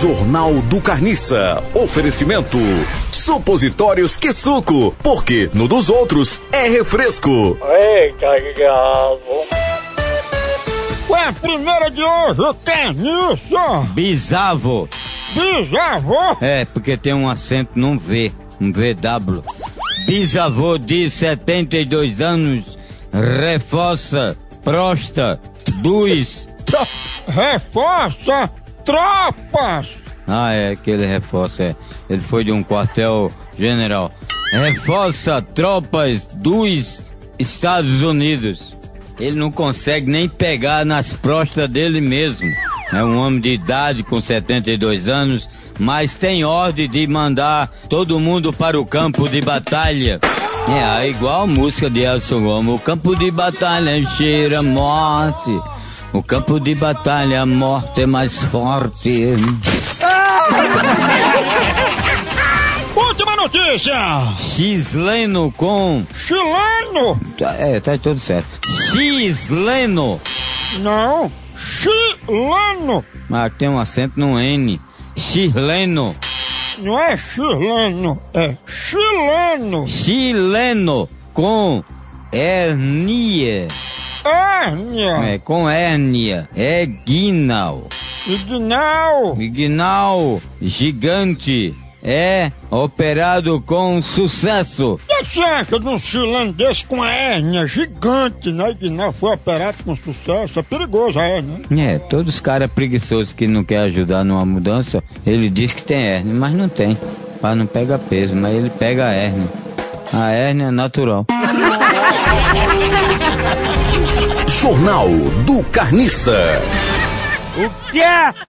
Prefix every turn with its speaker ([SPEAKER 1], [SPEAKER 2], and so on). [SPEAKER 1] Jornal do Carniça. Oferecimento. Supositórios que suco, porque no dos outros é refresco.
[SPEAKER 2] Eita, diabo.
[SPEAKER 3] Com a É primeira de hoje, Carniça,
[SPEAKER 4] Bisavô.
[SPEAKER 3] bisavô,
[SPEAKER 4] É, porque tem um acento num V, um VW. Bisavô de 72 anos, reforça, prosta, dos.
[SPEAKER 3] tra- reforça, tropas,
[SPEAKER 4] Ah, é, que ele reforça, é. Ele foi de um quartel general. Reforça tropas dos Estados Unidos. Ele não consegue nem pegar nas prostas dele mesmo. É um homem de idade com 72 anos, mas tem ordem de mandar todo mundo para o campo de batalha. É, é igual a música de Elson Gomes. O campo de batalha cheira a morte. O campo de batalha, a morte é mais forte.
[SPEAKER 3] Última notícia,
[SPEAKER 4] X-Leno com.
[SPEAKER 3] chileno,
[SPEAKER 4] Tá- É, tá tudo certo. X-Leno.
[SPEAKER 3] não, chileno,
[SPEAKER 4] Mas tem um acento no N. X-Leno.
[SPEAKER 3] não é chileno, é chileno,
[SPEAKER 4] Chileno com hernia.
[SPEAKER 3] hérnia,
[SPEAKER 4] É, com hérnia. É guinal.
[SPEAKER 3] ignal,
[SPEAKER 4] Guinal gigante. É operado com sucesso.
[SPEAKER 3] O que que você acha de um chileno desse com a hérnia gigante, né? Ignal foi operado com sucesso, é perigoso a hérnia.
[SPEAKER 4] É, todos os caras preguiçosos que não querem ajudar numa mudança, ele diz que tem hérnia, mas não tem. Mas não pega peso, mas ele pega a hérnia. A hérnia é natural.
[SPEAKER 1] Jornal do Carniça.
[SPEAKER 4] O quê?